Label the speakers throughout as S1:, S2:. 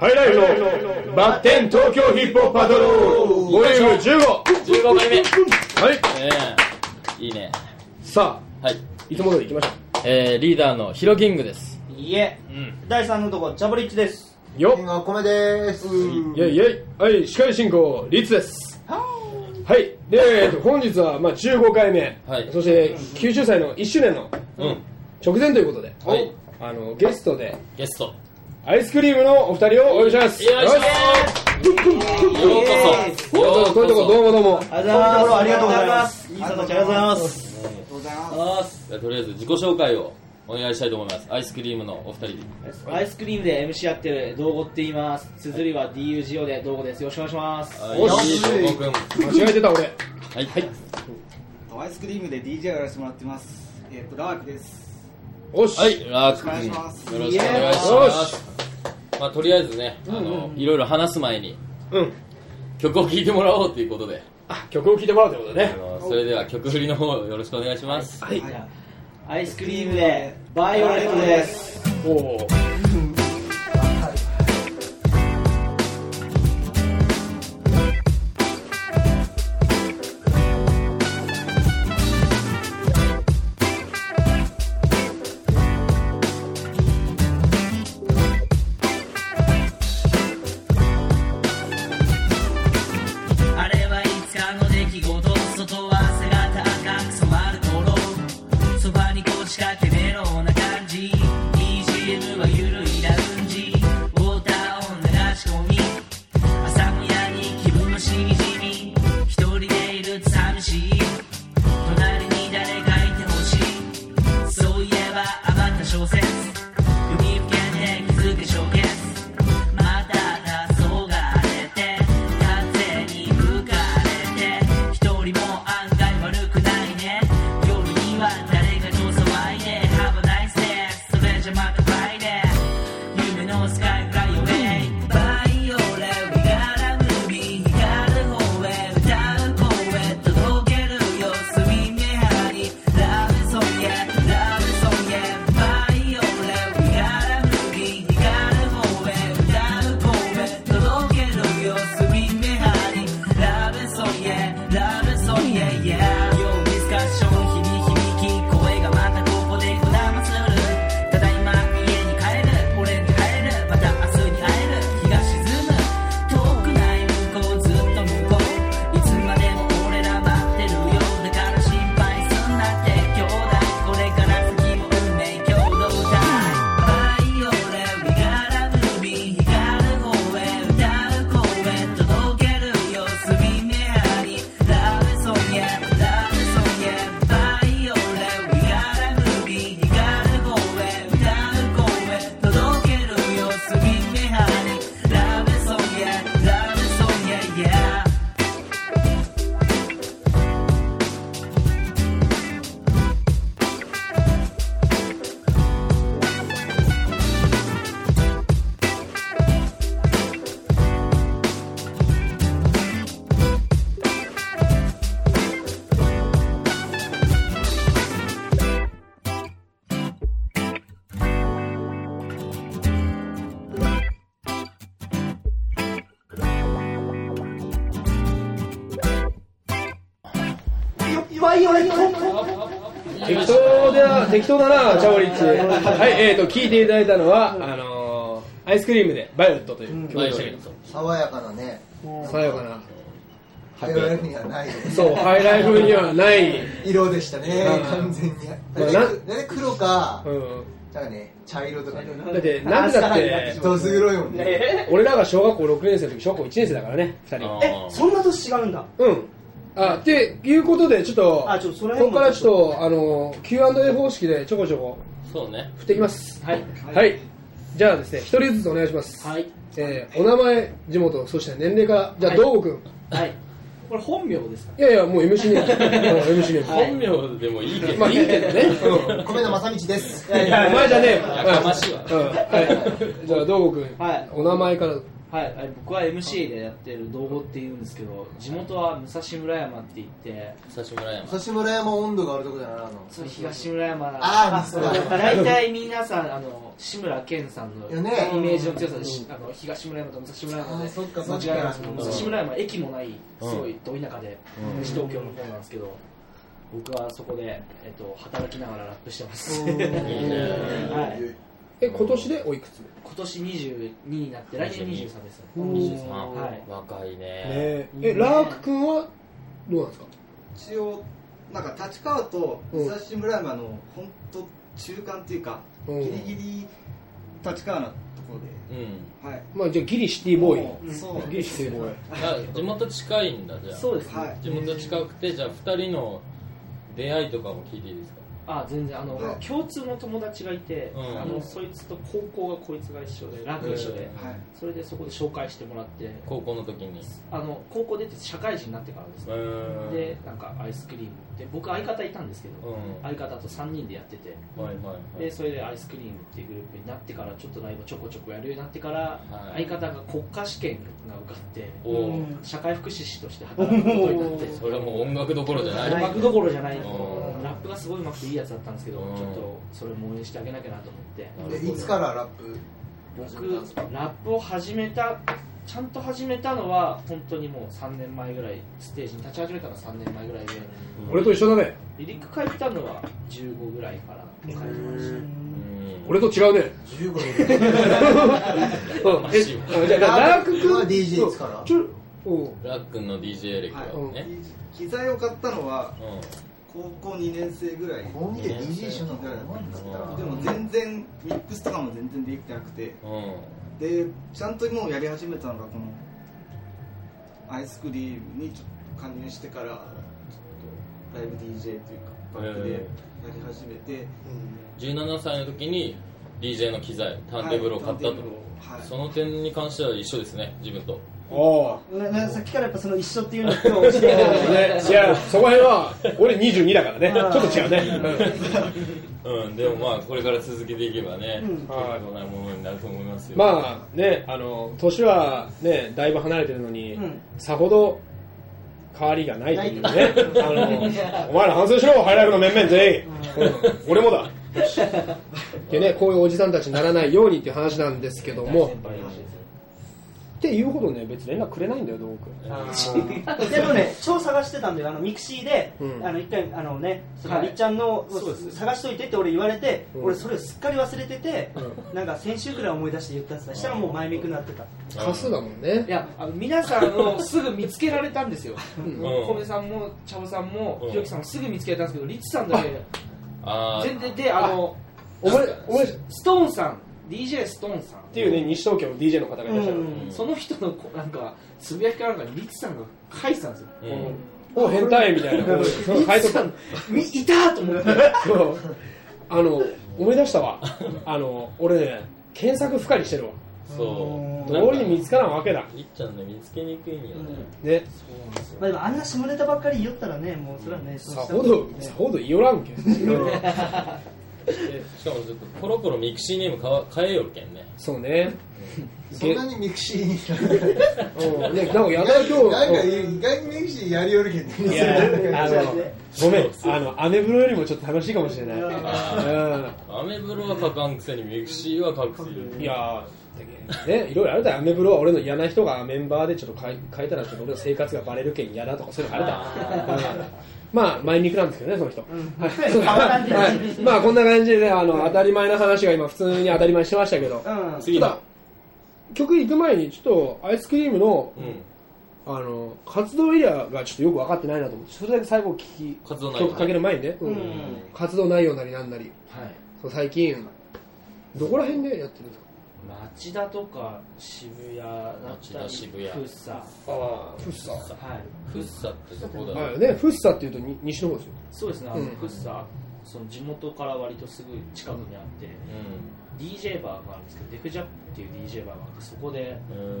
S1: ハイライトのバッテン東京ヒップホップパトロールボリューム15
S2: 15回目。
S1: はい
S2: ええいいね。
S1: さ
S2: はい。
S1: あいつも通り行きましょ
S2: えー、リーダーのヒロキングです。
S3: いえ、
S2: うん。
S3: 第3のとこ、チャブリッチです。
S1: うよ
S4: 天が米でーす。
S1: っイェイイェイはい司会進行リツです
S3: は
S1: はいで、えっと本日はまあ15回目、
S2: はい
S1: そして90歳の1周年の
S2: うん。
S1: 直前ということで
S2: はい。
S1: あのゲストで
S2: ゲスト。よ
S1: アイスクリームのお二人をお呼びします
S2: いしょ
S1: よし
S2: ーようこそ。
S1: どう
S2: よ
S1: ぞこういうとこどうもどうも
S3: ありがとうございます。ありがとうございます。いい形ありがとうございます。
S2: あーじゃあとりあえず自己紹介をお願いしたいと思います。アイスクリームのお二人に。
S5: アイスクリームで MC やってる道後って言います。綴りは DUGO で道後です。よろしくお願いします。
S2: はい。
S1: よし
S2: どうもくん。
S1: 間違えてた俺
S2: はい。はい。
S6: アイスクリームで DJ をやらせてもらってます。えっ、と、ラークです。
S1: おし
S2: はい、ラーク
S6: お願いします
S2: 君。よろしくお願いします。まあ、とりあえずね、あの、いろいろ話す前に
S1: うん
S2: 曲を聴いてもらおうということで、
S1: あ曲を聴いてもらうということで
S2: あ
S1: ね
S2: のそれでは曲振りの方よろしくお願いします。
S1: はい
S5: アイスクリームでバイオレットです。
S1: おおー
S7: あれはいつかの出来事外は背が高く染まる頃そばに腰掛けメロウな感じ BGM はゆるいラウンジウォーターを流し込み朝もやに気分もしみじみ一人でいると寂しい隣に誰かいてほしいそういえば余った小説読みふけて気づけショーケースまた黄昏れて風に吹かれて一人も案外悪くないね夜には誰かと騒いで Have a nice day それじゃまたバイデ夢のスカイフライオレイバイオレイ We got a movie 光る方へ歌う声へ届けるよ隅に張り Love song yeah Love song yeah バイオレイ We got a movie 光る方へ歌う声へ届けるよ隅に張り Love song yeah Love song yeah yeah ようディスカッション響き響き声がまたここでこだまするただいま家に帰る俺に帰るまた明日に会える日が沈む遠くない向こうずっと向こういつまでも俺ら待ってるよだから心配すんなって兄弟これから先も運命共同体バイオレンリガラムビ光る方へ歌う声へ届けるよ隅にありラブソンやラブソンやバイオレンリガラムビ光る方へ歌う声へ届けるよ隅にありラブソンやラブソンや Yeah
S1: 適当だ適当だなチャオリッチはいえーと聞いていただいたのはあのーアイスクリームでバイオレットという曲
S2: バイ
S1: で
S2: オ
S1: した
S2: レ
S1: け
S2: ッ
S1: ど
S2: ト
S4: 爽やかなね。
S1: 爽やかな
S4: ハイライフにはない。
S1: そうハイライフにはない
S4: 色でしたね
S1: うん。
S4: 完全に。
S1: まあ
S4: 大
S1: な
S4: 体黒か、
S1: うん
S4: なんかね、茶色とかね。
S1: だってなんでだって
S4: どす黒いもんね。
S1: 俺らが小学校6年生の時小学校1年生だからね2人
S2: あ
S3: え、
S2: ー
S3: そんな年違うんだ。
S1: うんあっていうことでちょっと
S3: あちょっとその
S1: ここ
S3: 辺も
S1: からちょっとあのー Q&A 方式でちょこちょこ
S2: そうね。
S1: 振っていきます
S5: はい。
S1: はいじゃあですね一人ずつお願いします
S5: はい。
S1: えーお名前地元そして年齢からじゃあ
S5: はい
S1: どーごくん
S5: はい。これ本名ですか
S1: いやいや、もう MC ネーム。うん MC ネーム。
S2: 本名でもいいけど。
S1: まあいいけどね。うん
S4: 米野正道です。
S1: お前じゃねえよ。
S2: やかましいわ
S1: うんはい。じゃあ、どーごくん。
S5: はい
S1: お名前から。
S5: はい、え僕は MC でやってる道後っていうんですけど地元は武蔵村山って言って
S2: 武蔵村山
S4: 武蔵村山温度があるとこだなあの
S5: そう東村山だ
S4: あーそうだ
S5: 大体皆さんあの志村けんさんのイ
S4: よ
S5: メ
S4: ね
S5: ージの強さで、しあの東村山と武蔵村山
S4: あー
S5: で
S4: そっかそっか
S5: 間違いないですけど
S4: うん
S5: 武蔵村山駅もないす
S2: うん
S5: ごいど田舎で
S2: うん
S5: 西東京の方なんですけど僕はそこで、えっと、働きながらラップしてます、
S4: いい
S2: ね
S5: はい、
S1: え今年でおいくつね
S5: 今年22になって来年23です
S2: 23
S5: はい
S2: 若いね
S1: え
S5: いいね
S1: えラーク君はどうなんですか
S6: 一応なんか立川と
S1: うん
S6: 武蔵村山の本当中間っていうか、
S1: うん
S6: ギリギリ立川のところ
S2: うん
S6: で、はい、
S1: まあじゃあギリシティボーイ
S6: もうそう
S1: ギリシティボーイ
S2: あ地元近いんだじゃあ
S5: そうですね、
S6: はい
S2: 地元近くてじゃあ2人の出会いとかも聞いていいですか
S5: あ全然あの、
S6: はい
S5: 共通の友達がいて、
S2: うん
S5: あのそいつと高校がこいつが一緒でランク一緒で、
S2: うん
S6: はい
S5: それでそこで紹介してもらって
S2: 高校の時に
S5: あの高校出て社会人になってからですね、
S2: うん
S5: でなんかアイスクリームで僕相方いたんですけど、
S2: うん
S5: 相方と3人でやってて
S2: はいはいはい
S5: でそれでアイスクリームっていうグループになってからちょっとライブちょこちょこやるようになってから、
S2: はい
S5: 相方が国家試験が受かって
S2: おお
S5: 社会福祉士として働くことになって
S2: それはもう音楽どころじゃない
S5: 音楽どころじゃない
S2: うん
S5: ラップがすごいうまくていいやつだったんですけど
S2: うん
S5: ちょっとそれも応援してあげなきゃなと思って
S4: えいつからラップ
S5: 僕ラップを始めたちゃんと始めたのは本当にもう3年前ぐらいステージに立ち始めたのは3年前ぐらいで
S1: 俺と一緒だね
S5: リリック書いたのは15ぐらいから書いてまし
S2: うん
S1: 俺と違うね
S4: 15年
S1: うん
S2: マ
S1: え
S2: ジ
S1: じゃあラー
S4: ラー
S1: ク
S4: ク
S1: 君
S4: 君は DJ いつから
S1: ちょうん
S2: ラックンの DJ 歴だよね
S6: 機材を買ったのは
S2: うん
S6: 高校2年生ぐらい
S4: 本気で DJ 一緒なのか
S6: でも全然ミックスとかも全然できてなくて
S2: うん
S6: でちゃんともうやり始めたのがこのアイスクリームにちょっと加入してからちょっとライブ DJ というかバックでやり始めて、
S2: 17歳の時に DJ の機材ターンテーブルを買ったと
S6: はいターンテーブルをはい
S2: その点に関しては一緒ですね自分と
S1: ああ
S3: ななさっきからやっぱその一緒っていうのを今日教えてもら
S1: ね、いやそこら辺は俺22だからねちょっと違うね、
S2: うんでもまあこれから続けていけばね
S3: ん
S2: 結構なものになると思いますよ
S1: うん、まあねあの年はねだいぶ離れてるのに、
S3: うん
S1: さほど変わりがないというねあのお前ら反省しろハイライフの面々全員、うん俺もだでねこういうおじさんたちにならないようにっていう話なんですけど
S5: た
S1: も
S5: 先輩らしいですよ
S1: っていうほどね別に連絡くれないんだよどうく
S3: うでもね超探してたんだよあのミクシーで、
S1: うん
S3: あの一回あのねそ
S5: は
S3: の
S5: い
S3: りっちゃんの、
S5: そうです
S3: 探しといてって俺言われて、
S1: うん
S3: 俺それをすっかり忘れてて、
S1: う
S3: なんか先週くらい思い出して言ったやつだしたらもう前めくなってた
S1: カスだもんね
S5: いやあの皆さんをすぐ見つけられたんですよ、
S1: ん
S5: 小梅さんも茶尾さんも
S2: うん
S5: ひろきさんもすぐ見つけられたんですけどリチさんだけ
S2: あ
S5: 全然であの
S1: お前お前っ
S5: ストーンさん DJ ストーンさん
S1: ていうね西東京の DJ の方がいらっしゃる、
S3: うん
S5: その人のこなんかつぶやきかなんかにリツさんが書いてたんですよ。
S2: あうん
S1: お変態みたいなこうその書い
S5: リ
S1: と
S5: ツさ
S1: った
S5: んみいたと思って。
S1: そう あの思い出したわあの俺ね検索不可にしてるわ
S2: そう
S1: どうに見つからんわけだ
S2: いっちゃんね見つけにくいんよね
S1: ね
S3: まあ、でもあんな下ネタばっかり言ったらねもうそれはねそう
S1: さ
S3: した
S1: ほ
S3: こと
S1: ど
S3: ね
S1: さほどいよらんけ
S2: でしかもちょっとコロコロミクシーネームかわ変えよるけんね
S1: そうね
S4: そんなにミクシーに意
S1: うんねなんかやたら今
S4: 外
S1: 日
S4: に意外にミクシーやりよるけん
S1: いやあのごめんあのアメブロよりもちょっと楽しいかもしれないうん
S2: アメブロは書かんくせにミクシーは書くせに
S1: いやーね、いろいろあるだよアメブロは俺の嫌な人がメンバーでちょっと変え変えたらちょっと俺の生活がバレるけん嫌だとかそういうのあるだようんまあ前肉なんですけどねその人、はいそうだ
S3: 変わらんね
S1: はいまあこんな感じでねあの当たり前の話が今普通に当たり前にしてましたけど、
S3: うん
S2: 次
S1: ただ
S2: だ
S1: 曲行く前にちょっとアイスクリームの
S2: うん
S1: あの活動エリアがちょっとよく分かってないなと思ってそれだけ最後聞き
S2: 活動内容
S1: 曲かける前にね、うん
S3: うん
S1: 活動内容なりなんなり
S5: はい。
S1: そう最近どこら辺でやってるんですか
S5: 町田とか渋谷だった
S2: 町田
S5: り
S2: 渋谷
S5: 福生は
S1: ああフッサ
S5: い。
S2: フッサってとこだ
S1: は
S2: よ
S1: いねフッサっていうとに西の方ですよ
S5: そうですね。あの
S1: うん
S5: 福生その地元から割とすぐ近くにあって、DJ バーがあるんですけどデフジャップっていう DJ バーがあってそこで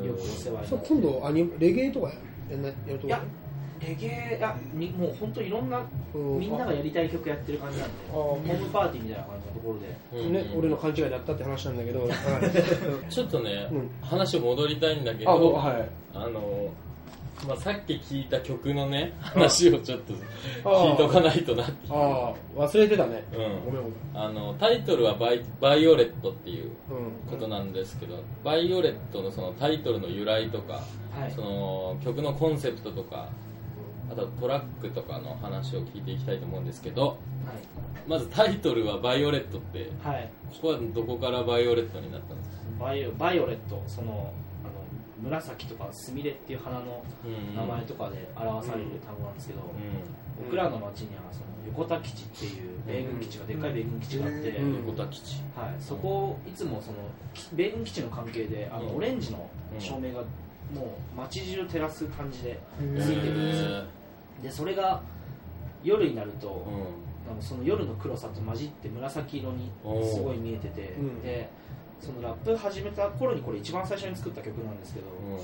S5: よくお世話にな
S1: そう
S5: って。
S1: 今度アニレゲエとかやんないやると
S5: い
S1: こ
S5: やレゲエやにもう本当いろんなみんながやりたい曲やってる感じなんで
S1: あ
S5: ホームパーティーみたいな感じのところで
S2: うん
S1: ね、俺の勘違いだったって話なんだけ ど、はい
S2: ちょっとね、
S1: うん
S2: 話戻りたいんだけ
S1: あ、
S2: ど、
S1: 僕はい。
S2: あの、まあ、さっき聞いた曲のね、話をちょっと
S1: あ
S2: 聞いとかないとなっていう。
S1: ああ、忘れてたね。
S2: うん
S1: ごめんご
S2: あの、タイトルはバイバイオレットっていう
S1: めん。うん。
S2: ことなんですけど、バイオレットのそのタイトルの由来とか、
S5: はい
S2: その曲のコンセプトとか、あとトラックとかの話を聞いていきたいと思うんですけど、まずタイトルはバイオレットって、
S5: はい、はい、
S2: ここはどこからバイオレットになったんですか
S5: バイオバイオレットそのあの紫とかスミレっていう花の
S2: うん
S5: 名前とかで表される単語なんですけど、
S2: う
S5: 僕らの町にはその横田基地っていう米軍基地が、でっかい米軍基地があって、
S1: うん
S2: ん。横田基地。
S5: はい、そこをいつもそのき米軍基地の関係であの、
S2: うん
S5: オレンジの照明がもう街中照らす感じでついてるんですよ
S2: へ
S5: でそれが夜になると、
S2: ーうん
S5: なんかその夜の黒さと混じって紫色に
S2: おー
S5: すごい見えてて、
S1: うん
S5: でそのラップ始めた頃にこれ一番最初に作った曲なんですけど、
S2: う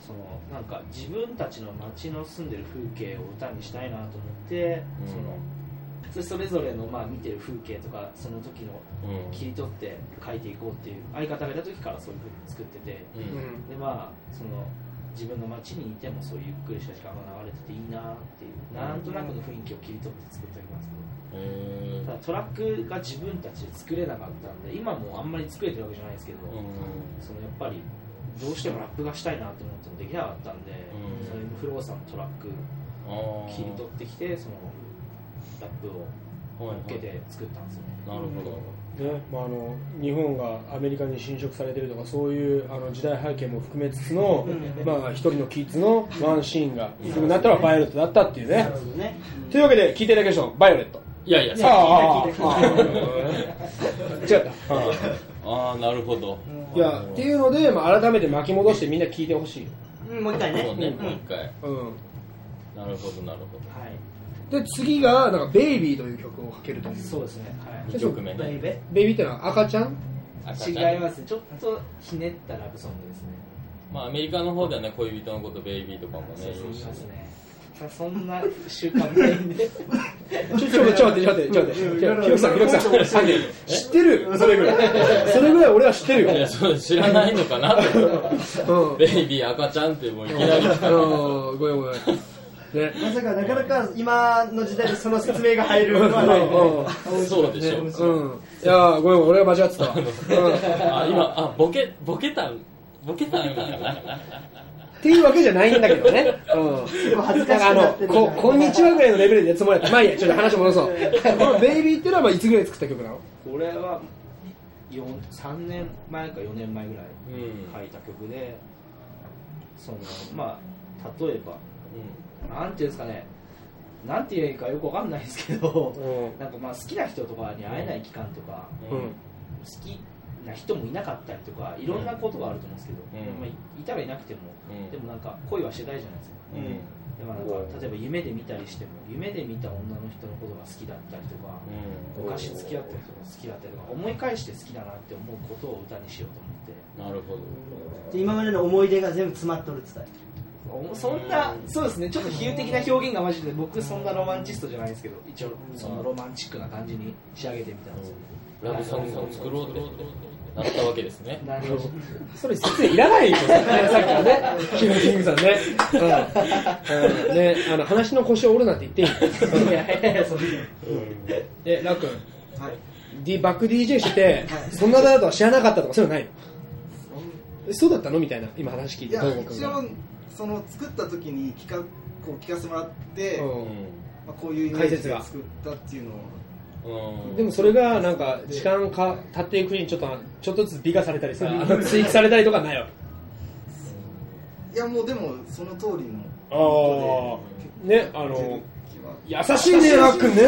S5: そのなんか自分たちの街の住んでる風景を歌にしたいなと思って、
S2: うん
S5: そのそれそれぞれのまあ見てる風景とかその時の
S2: んうん
S5: 切り取って書いていこうっていう相方がいた時からそういう風に作ってて
S2: う
S1: うん
S5: でまあその自分の街にいてもそういうゆっくりした時間が流れてていいなっていうなんとなくの雰囲気を切り取って作っておりますけど
S2: へ
S5: ただトラックが自分たちで作れなかったんで今もあんまり作れてるわけじゃないですけど、
S2: ーうん
S5: そのやっぱりどうしてもラップがしたいなって思ってもできなかったんで、
S2: うん
S5: そういう不老さんのトラック
S2: あー
S5: 切り取ってきてそのラップを
S2: はいは
S5: 乗
S2: い
S5: っけて作ったんですよね、
S2: なるほど
S1: ねまあ、あの日本がアメリカに侵食されてるとかそういうあの時代背景も含めつつの、まあ、一人のキッズのワンシーンが
S2: うん
S1: 良くなったのはバイオレットだったっていうね
S3: なるほどね。
S1: というわけで聞いていただきましょうバイオレット
S2: いやいや
S1: あ
S2: さ
S1: ああ
S3: 聞いた
S1: あああ違ったあ
S2: ああなるほど
S1: あいやっていうので、まあ、改めて巻き戻してみんな聞いてほしい、
S3: うん、もう一回ね。
S2: そうね
S3: うん
S2: もう一回
S1: うん、
S2: なるほどなるほど
S5: はい
S1: で次がなんか「ベイビー」という曲をかけるという
S5: そうですねはい
S2: 2曲目
S3: ベイ
S2: ね
S3: ベー
S1: ベイビーってのは赤ちゃん
S2: 赤ちゃん
S5: 違いますねちょっとひねったラブソングですね
S2: まあアメリカの方ではね恋人のことベイビーとかもね
S5: そうそう
S2: 言うし
S5: そうですねそんな習慣ないんで
S1: ちょちょちょ待ってちょ待ってちょ待ってちょひろきさんひろきさん知ってる それぐらいそれぐらい俺は知ってるよ
S2: いやそう知らないのかなと思って
S1: うん
S2: ベイビー赤ちゃんってもういき なり来
S1: あ
S2: た
S1: のーごめんごめん。ね。
S3: まさかなかなか今の時代にその説明が入るのはないね。
S2: そうでしょ
S1: うん。いやーごめん俺が間違ってたわ。うん
S2: あ今あボケボケたボケたんかな
S1: っていうわけじゃないんだけどね。うん。
S3: ごい恥ず
S1: な
S3: かし
S1: んかあ
S3: くなって
S1: の、
S3: る
S1: こ、こんにちはぐらいのレベルでやつもらった。まあいいや、ちょっと話戻 そう。このベイビーってのはまあいつぐらい作った曲なの
S5: これは3年前か4年前ぐらい
S2: うんうん
S5: 書いた曲でそのまあ例えばなんていうんですかねなんて言えばいいかよくわかんないですけど
S1: う
S5: なんかまあ好きな人とかに会えない期間とか
S1: ん。
S5: 好きな人もいなかったりとかいろんなことがあると思うんですけど、
S2: うん
S5: まあ、いいたらいなくても、
S2: うん
S5: でもなんか恋はしてないじゃないですか
S2: うん
S5: でもなんか例えば夢で見たりしても夢で見た女の人のことが好きだったりとか、
S2: うん
S5: 昔付き合った人が好きだったりとか思い返して好きだなって思うことを歌にしようと
S2: な
S5: 思って。
S2: るほど
S3: 今までの思い出が全部詰まっとるって言っ
S5: おそんな、そうですね、ちょっと比喩的な表現が混じって、僕、そんなロマンチストじゃないですけど、一応、そのロマンチックな感じに仕上げてみたんですよ。
S2: ラブソングを作ろうとなったわけですね
S5: なるほど
S1: それ説明いらないよ、さっきからね。ヒロキングさんね。うん。うんね、あの、話の腰を折るなって言っていい
S5: い やいやいや、そんな
S1: え、ラ君。
S6: はい
S1: D バック DJ してて、そんなだとは知らなかったとかそういうのないのえそうだったのみたいな今話聞い
S6: い
S1: て
S6: や
S1: 東郷君
S6: 一
S1: が
S6: 応その作った時に企画こう聞かせてもらって、
S1: う
S6: ま
S2: う
S6: あ、こういうイメージで作ったっていうのを
S2: んうんん
S1: でもそれがなんか時間か経っていくうちにちょっとちょっとずつ美化されたりさあの追記されたりとかないわ
S6: いやもうでもその通りの
S1: ああねあの
S6: 気は
S1: 優しいねラックンね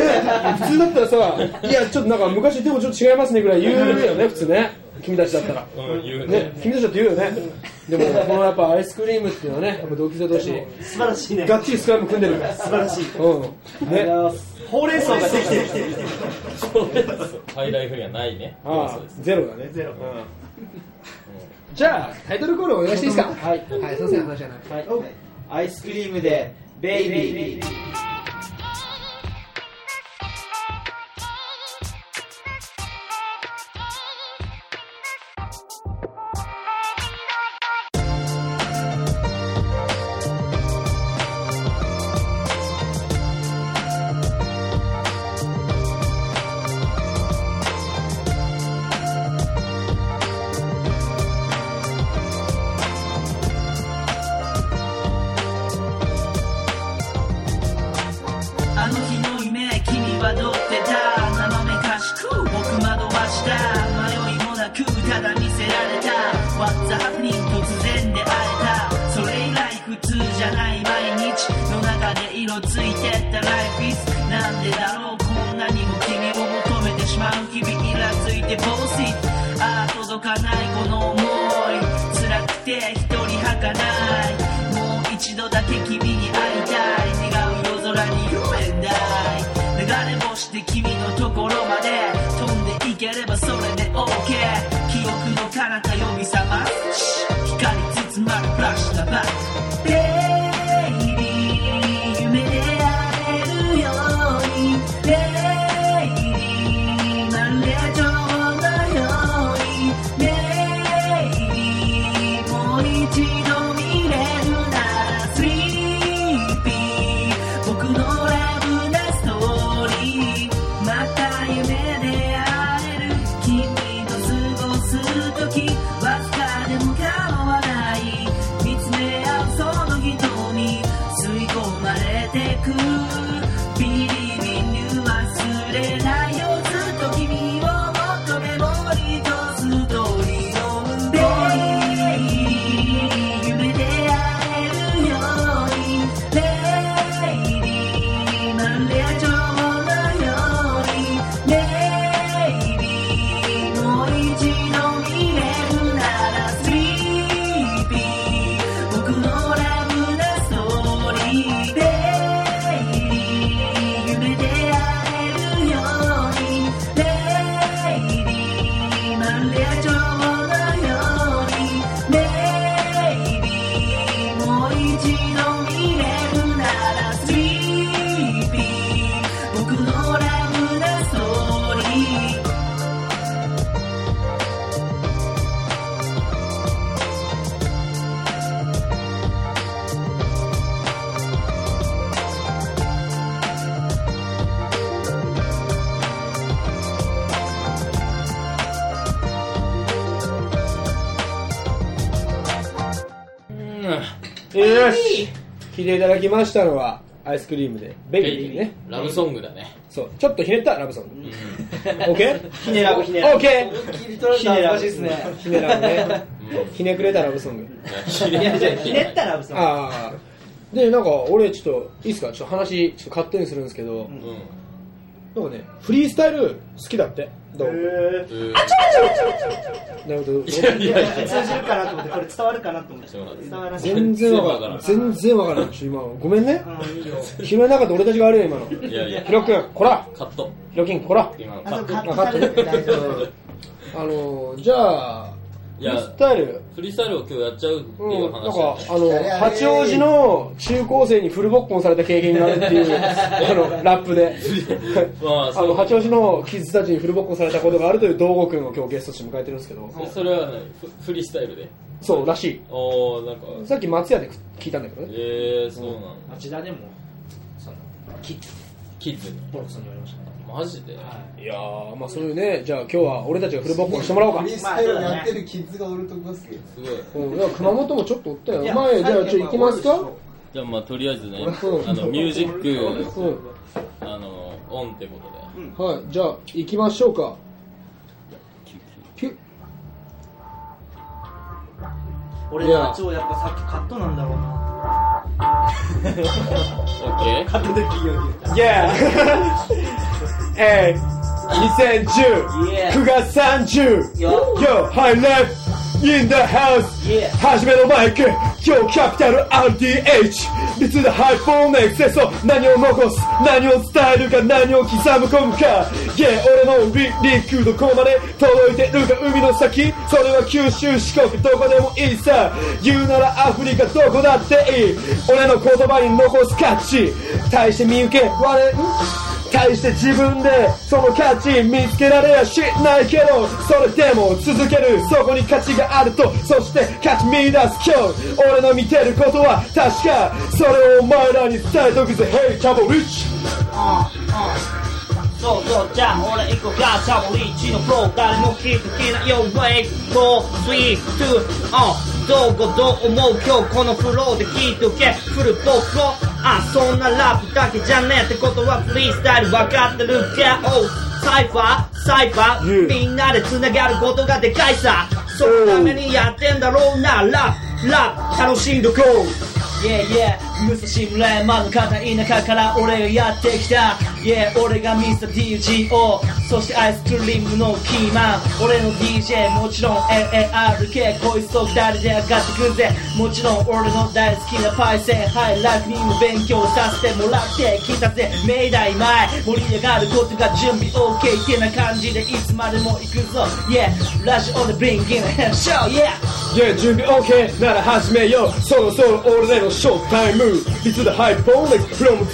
S1: 普通だったらさいやちょっとなんか昔でもちょっと違いますねぐらい言うよね普通ね君たちだったら
S2: うん言う
S1: ね
S2: ね
S1: 君たちだって言うよねでもこのやっぱアイスクリームっていうのはねやっぱ同級生同士
S3: た。素晴らしいね。
S1: がっちりスクラム組んでるから
S3: 素晴らしい。
S1: うんね
S3: ほうれん草ができてるできてる。
S2: ハイライフにはないね
S1: ああ
S2: そうです
S1: ゼロだねゼロ、うんじゃあタイトルコールお願いしていいですかはい、はい、すいません話じゃない
S5: はい、アイスクリームでベイビー。
S7: あの日の夢君は乗ってた生めかしく僕惑わした迷いもなくただ見せられた What's happening 突然で会えたそれ以来普通じゃない毎日の中で色ついてった Life is なんでだろうこんなにも君を求めてしまう日々イラついて防水ああ届かないこの思い辛くて一人儚いもう一度だけ君に会いたい願う夜空に夢んだい流れ星で君のところまで飛んでいければそれで OK 記憶の彼方呼び覚ます光包まるフラッシュなバックベイビー夢で会えるようにベイビーまるで情のようにベイビーもう一度見れるなら Sleepy 僕のラブなストーリーまた夢で会える君と過ごす時わずかでも構わない見つめ合うその瞳吸い込まれてくビリビリ忘れないよずっと君を求めメモリーとストーリーのベイ夢で会えるようにベイビーまるで情のようにベイビーもう一度見れるならスリーピー僕のラブなストーリーベイビー夢で会えるようにベイビーまるで情のようにベイビーもう一度見れるならスリーピー僕のラブなストーリー
S1: よし聞いていただきましたのはアイスクリームでベイビーね
S2: ラブソングだね。
S1: そうちょっとひねったラブソング OK?
S5: ひねらぶひねらぶ。
S1: OK!
S3: 切り取られたらおかしいですね。
S1: ひねらんねひねくれたラブソング
S2: ひ
S3: いや、じゃあひねったら、ブさん。
S1: ああでなんか俺ちょっといいっすかちょっと話ちょっと勝手にするんですけど、
S2: うん。
S1: なんかねフリースタイル好きだってどう
S2: うー
S1: なるほど
S2: いやいやいや。
S3: 通じるかなと思って、これ伝わるかなと思って。
S2: そうなんです
S3: 伝わらない。
S1: 全然わからん全然わからんちょ今ごめんね拾えなかった俺たちが悪い よ今の
S2: いやいや
S1: ひ。ろくんこら
S2: カット。
S1: ひろきんこら
S2: 今のカ
S3: あと、
S2: ット。
S3: カットされて大丈夫。
S1: あのじゃあフ
S2: い
S1: リ
S2: や
S1: ースタイル
S2: フリースタイルを今日やっちゃうって
S1: うん、
S2: い
S1: なん
S2: う
S1: か
S2: 話だね。
S1: あの八王子の中高生にフルボッコンされた経験があるっていう あのラップで
S2: まあ
S1: あ
S2: そう
S1: の八王子のキッズたちにフルボッコンされたことがあるという道後君を今日ゲストとして迎えてるんですけど
S2: それはね、フフリースタイルで。
S1: そうらしい
S2: おおなんか、
S1: さっき松屋で聞いたんだけどね
S2: えー、そうなの。
S5: 町田でも、その、キッズ、
S2: キッズに。
S5: ボロクソに言われましたね。
S2: マジで
S5: はい
S1: いやーまあそういうねじゃあ今日は俺たちがフルボッコンしてもらおうか
S4: フリースタイルやってるキッズがおるとこっすけど
S2: すごい。
S1: うん、いや熊本もちょっとおったよ
S3: いや
S1: 前じゃあちょ行きますか
S2: じゃあまあとりあえずね、
S1: うん
S2: あの、ミュージック、
S1: うん
S2: あの、オンってことで。
S1: はいじゃあ行きましょうかキュッ
S3: 俺は超やっぱさっきカットなんだろうな。
S2: オッケー
S3: カットで企業に言った。
S1: Yeah! えー、2010、9月30、Yo, High Life!
S8: In the house!
S5: Yeah.
S8: 初めのマイク今日キャピタル RTH 別でハイフォーメイクセスを何を残す何を伝えるか何を刻み込むか Yeah 俺のリリックどこまで届いてるか海の先それは九州四国どこでもいいさ言うならアフリカどこだっていい俺の言葉に残す価値対して見受け割れん対して自分でその価値見つけられやしないけどそれでも続けるそこに価値があるとそして価値見出す今日俺の見てることは確かそれをお前らに伝えとくぜ Hey チャボリッチ
S9: そうそうじゃあ俺行くがチャボリッチのフロー誰も気づけないよ Wait for three two on どうごどう思う今日このフローで聞いとけフルボッコあそんなラップだけじゃねえってことはフリースタイル分かってるか Oh サイファーサイファー
S8: Yeah
S9: みんなで繋がることがでかいさそのためにやってんだろうなラップラップ楽しんどこう Yeah, yeah 武蔵村山の片田舎から俺がやってきた Yeah 俺が Mr.TGO そしてアイスクリームのキーマン俺の DJ もちろん LARK こいつと二人で上がってくぜもちろん俺の大好きなパイセンハイライフにも勉強させてもらってきたぜ明大前盛り上がることが準備 OK ってな感じでいつまでも行くぞ Yeah ラジオで Bring in a show Yeah
S8: Yeah 準備 OK なら始めようそろそろ俺らのショータイムいつだハイポーネック from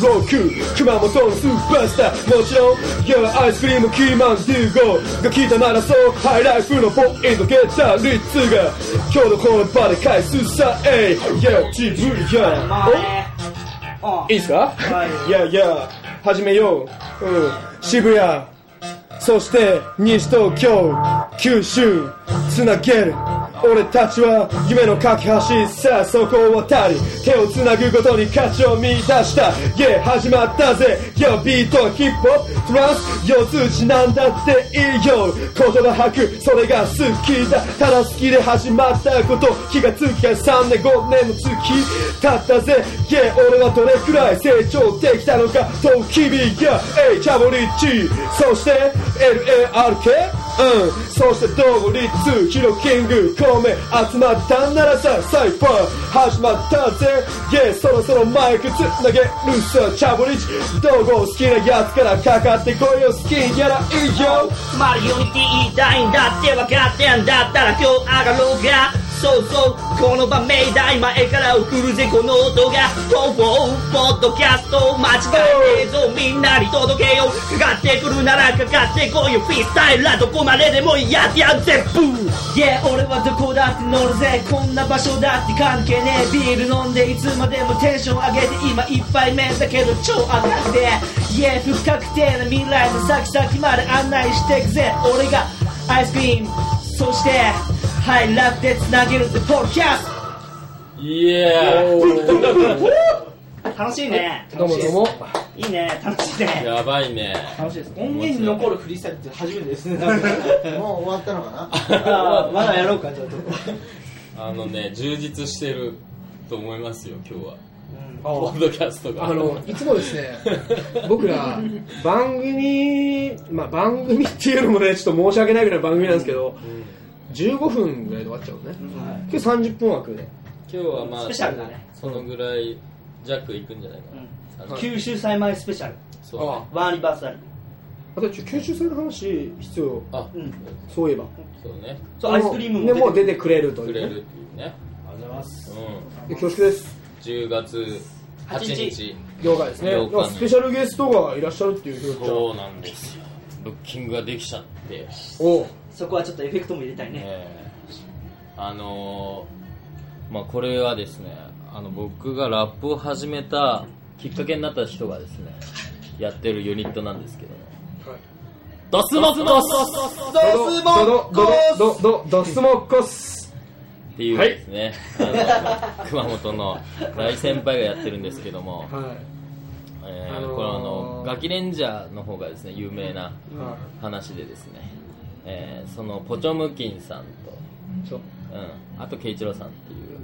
S8: 0969熊本のスーパースターもちろん Yeah アイスクリームキーマン15が聞いたならそうハイライフのポイントゲッターリッツが今日のこの場で返すさ Hey Yeah 自分やお
S3: あ
S8: いいですか、い、やいや始めよう、うん、渋谷そして西東京九州つなげる俺たちは夢の架け橋さあそこを渡り手をつなぐことに価値を見出した Yeah 始まったぜ Yo ビートヒップホップトランス四つ打ちなんだっていいよ言葉吐くそれが好きだただ好きで始まったこと気がつきゃ3年5年の月経ったぜ Yeah 俺はどれくらい成長できたのかと君が Hey チャボリッチそして LARK うん、そして道後リッツヒロキングコメ集まったならさサイファー始まったぜ Yeah そろそろマイクつなげるさチャボリッチ道後好きなやつからかかってこいよ好きにやらいいよ
S9: つまりユニティ言いたいんだって分かってんだったら今日上がろうがそうそうこの場明大前から送るぜこの動画東方ポッドキャスト間違いねえぞみんなに届けようかかってくるならかかってこいよフィースタイルはどこまででもやってやるぜブー Yeah 俺はどこだって乗るぜこんな場所だって関係ねえビール飲んでいつまでもテンション上げて今一杯目だけど超赤くて Yeah 不確定な未来の先々まで案内してくぜ俺がアイスクリームそしてハイラブでつなげるってポッドキャスト
S2: イエ
S3: 楽しいね
S8: どうもどうも
S3: いいね楽しい
S2: ー
S3: ね
S2: やばいね
S5: 楽しいです音源に残るフリースタイルって初めてですね
S10: もう終わったのかな
S5: あーまだやろうかちょっと
S2: あのね充実してると思いますよ今日はポ
S8: あ
S2: ッドキャストが
S8: のいつもですね僕ら番組まあ番組っていうのもねちょっと申し訳ないぐらいの番組なんですけど15分ぐらいで終わっちゃうね
S5: はい
S8: 今日30分枠で
S2: 今日はまあ
S3: スペシャルだね
S2: そのぐらい弱いくんじゃないかな、
S3: 九州祭前スペシャル
S2: そうね
S3: ワンアニバーサル
S8: あと九州祭の話必要
S2: あ
S3: うん
S8: そういえば
S2: そうね
S3: そうアイスクリーム
S8: で
S3: も
S8: も
S3: 出
S8: 出
S3: て
S8: てくれるとい
S2: く
S8: う
S2: れ
S8: ね
S2: るっていうね
S5: ありがとうございます
S2: うん
S8: 恐縮です
S2: 10月8
S3: 8
S2: 日
S3: 日
S8: 了解ですね
S2: 了解
S8: スペシャルゲストがいらっしゃるっていうふ
S2: そうなんですよブッキングができちゃって、
S8: おう
S3: そこはちょっとエフェクトも入れたいね
S2: えーあのーまあこれはですねあの僕がラップを始めたきっかけになった人がですねやってるユニットなんですけどね、
S8: はい
S2: ドスモッコス
S8: ドドドドドドドスモッコス
S2: っていうですね、あの熊本の大先輩がやってるんですけども、
S8: は
S2: えー
S8: あのー
S2: これはあのガキレンジャーの方がですね有名ない
S8: は
S2: 話でですね、えーそのポチョムキンさん
S8: いそう
S2: と、うん、あと慶一郎さんっていう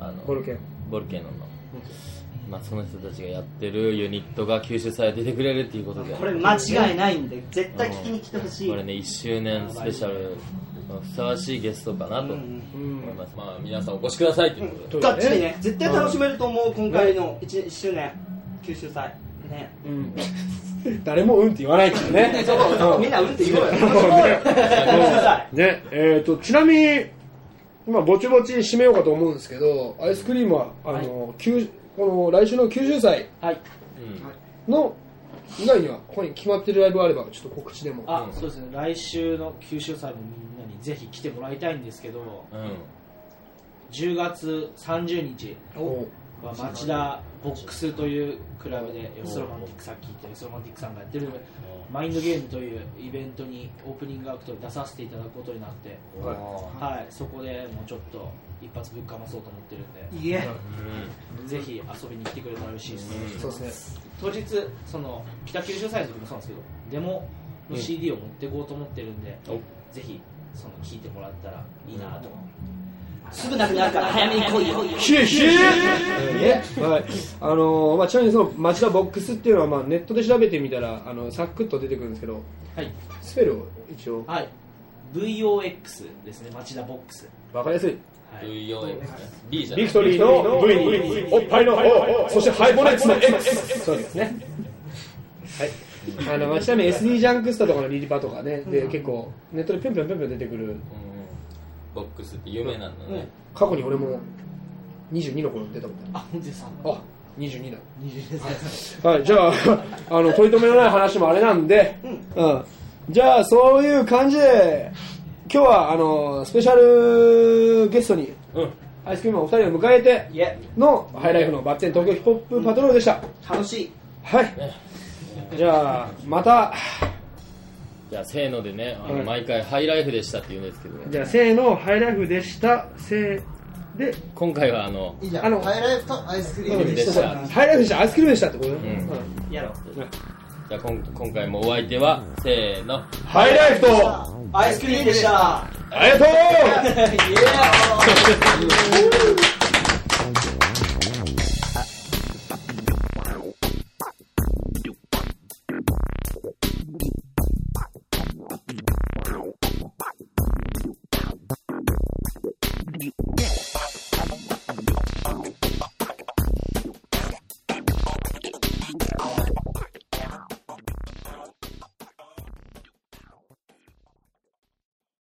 S2: あの
S8: ボルケン
S2: ボルケノの、まあ、その人たちがやってるユニットが吸収されててくれるっていうことで
S3: これ間違いないんで絶対聞きに来てほしい
S2: これね1周年スペシャルのふさわしいゲストかなと
S3: うん
S2: 思
S3: うん
S1: うん
S2: います、まあ皆さんお越しくださいということで、
S1: という
S3: が
S1: わ
S3: っ
S1: け
S3: ち
S1: で
S3: りね絶対楽しめると思う今回の 1, 周年九州祭ね
S1: うん誰もうんって言わないからね。
S3: そこそこみんなうんって言おうよ楽しもうよ楽しみなさい
S1: ね、えー、とちなみに、今、ぼちぼち締めようかと思うんですけど、アイスクリームは、あの、九この来週の90歳
S3: はい
S2: うん
S1: の以外には、ここに決まってるライブがあれば、ちょっと告知でも。
S5: あ、そうですね。来週の九州祭もみんなにぜひ来てもらいたいんですけど、
S2: うん
S5: 10月30日
S1: お
S5: は町田ボックスというクラブで、よそロマンティックさっき言ったよそロマンティックさんがやってるマインドゲームというイベントにオープニングアクトに出させていただくことになって、はい、そこでもうちょっと一発ぶっかまそうと思ってるんで、
S3: いえ
S5: ぜひ遊びに来てくれたら嬉しいですね。
S1: そうですね。
S5: 当日その北九州祭の時もそうなんですけどデモの CD を持っていこうと思ってるんで、ぜひその聞いてもらったらいいなと、
S3: すぐなくなるから早めに来いよ
S1: ひえひえはい。あのーまあ、ちなみにその、町田ボックスっていうのは、まあ、ネットで調べてみたら、あの、サクッと出てくるんですけど、
S5: はい、
S1: スペルを一応、
S5: はい、VOX ですね町田ボックス、
S1: わかりやすい。
S5: はい、
S2: 14 B じゃない
S1: ビクトリーの V に、おっぱいの O、そしてハイボネッツの X。そうですね。はい。あの、まあちなみに SD ジャンクスタとかのリリパとかね、で、結構、ネットでぴょんぴょんぴょんぴょん出てくる。
S2: うんボックスって有名なんだね、
S1: 過去に俺も、22の頃出たこと
S5: あ本当ですか
S1: ある。あ、22だ。はい、じゃあ、あ の、取り留めのない話もあれなんで、うん。じゃあ、そういう感じで、今日は、あの、スペシャルゲストに、アイスクリームのお二人を迎えて
S3: いえ
S1: の、ハイライフのバッテン東京ヒップホップパトロールでした。
S3: 楽しい
S1: はい。じゃあ、また、
S2: じゃあせーのでねあ
S1: は
S2: の
S1: い
S2: 毎回ハイライフでしたって言うんですけどね
S1: じゃあ、せーの、ハイライフでした。せーで、
S2: 今回はあの
S4: いいじゃん
S1: あの
S4: ハイライフとアイスクリーム
S2: でした
S1: ハイライフでした。アイスクリームでしたってことね。
S2: うん
S1: うん
S3: やろう
S2: じゃあ今今回もお相手はせーの
S1: ハイライフと、
S3: アイスクリームでした
S1: ありがとう
S3: イエーイ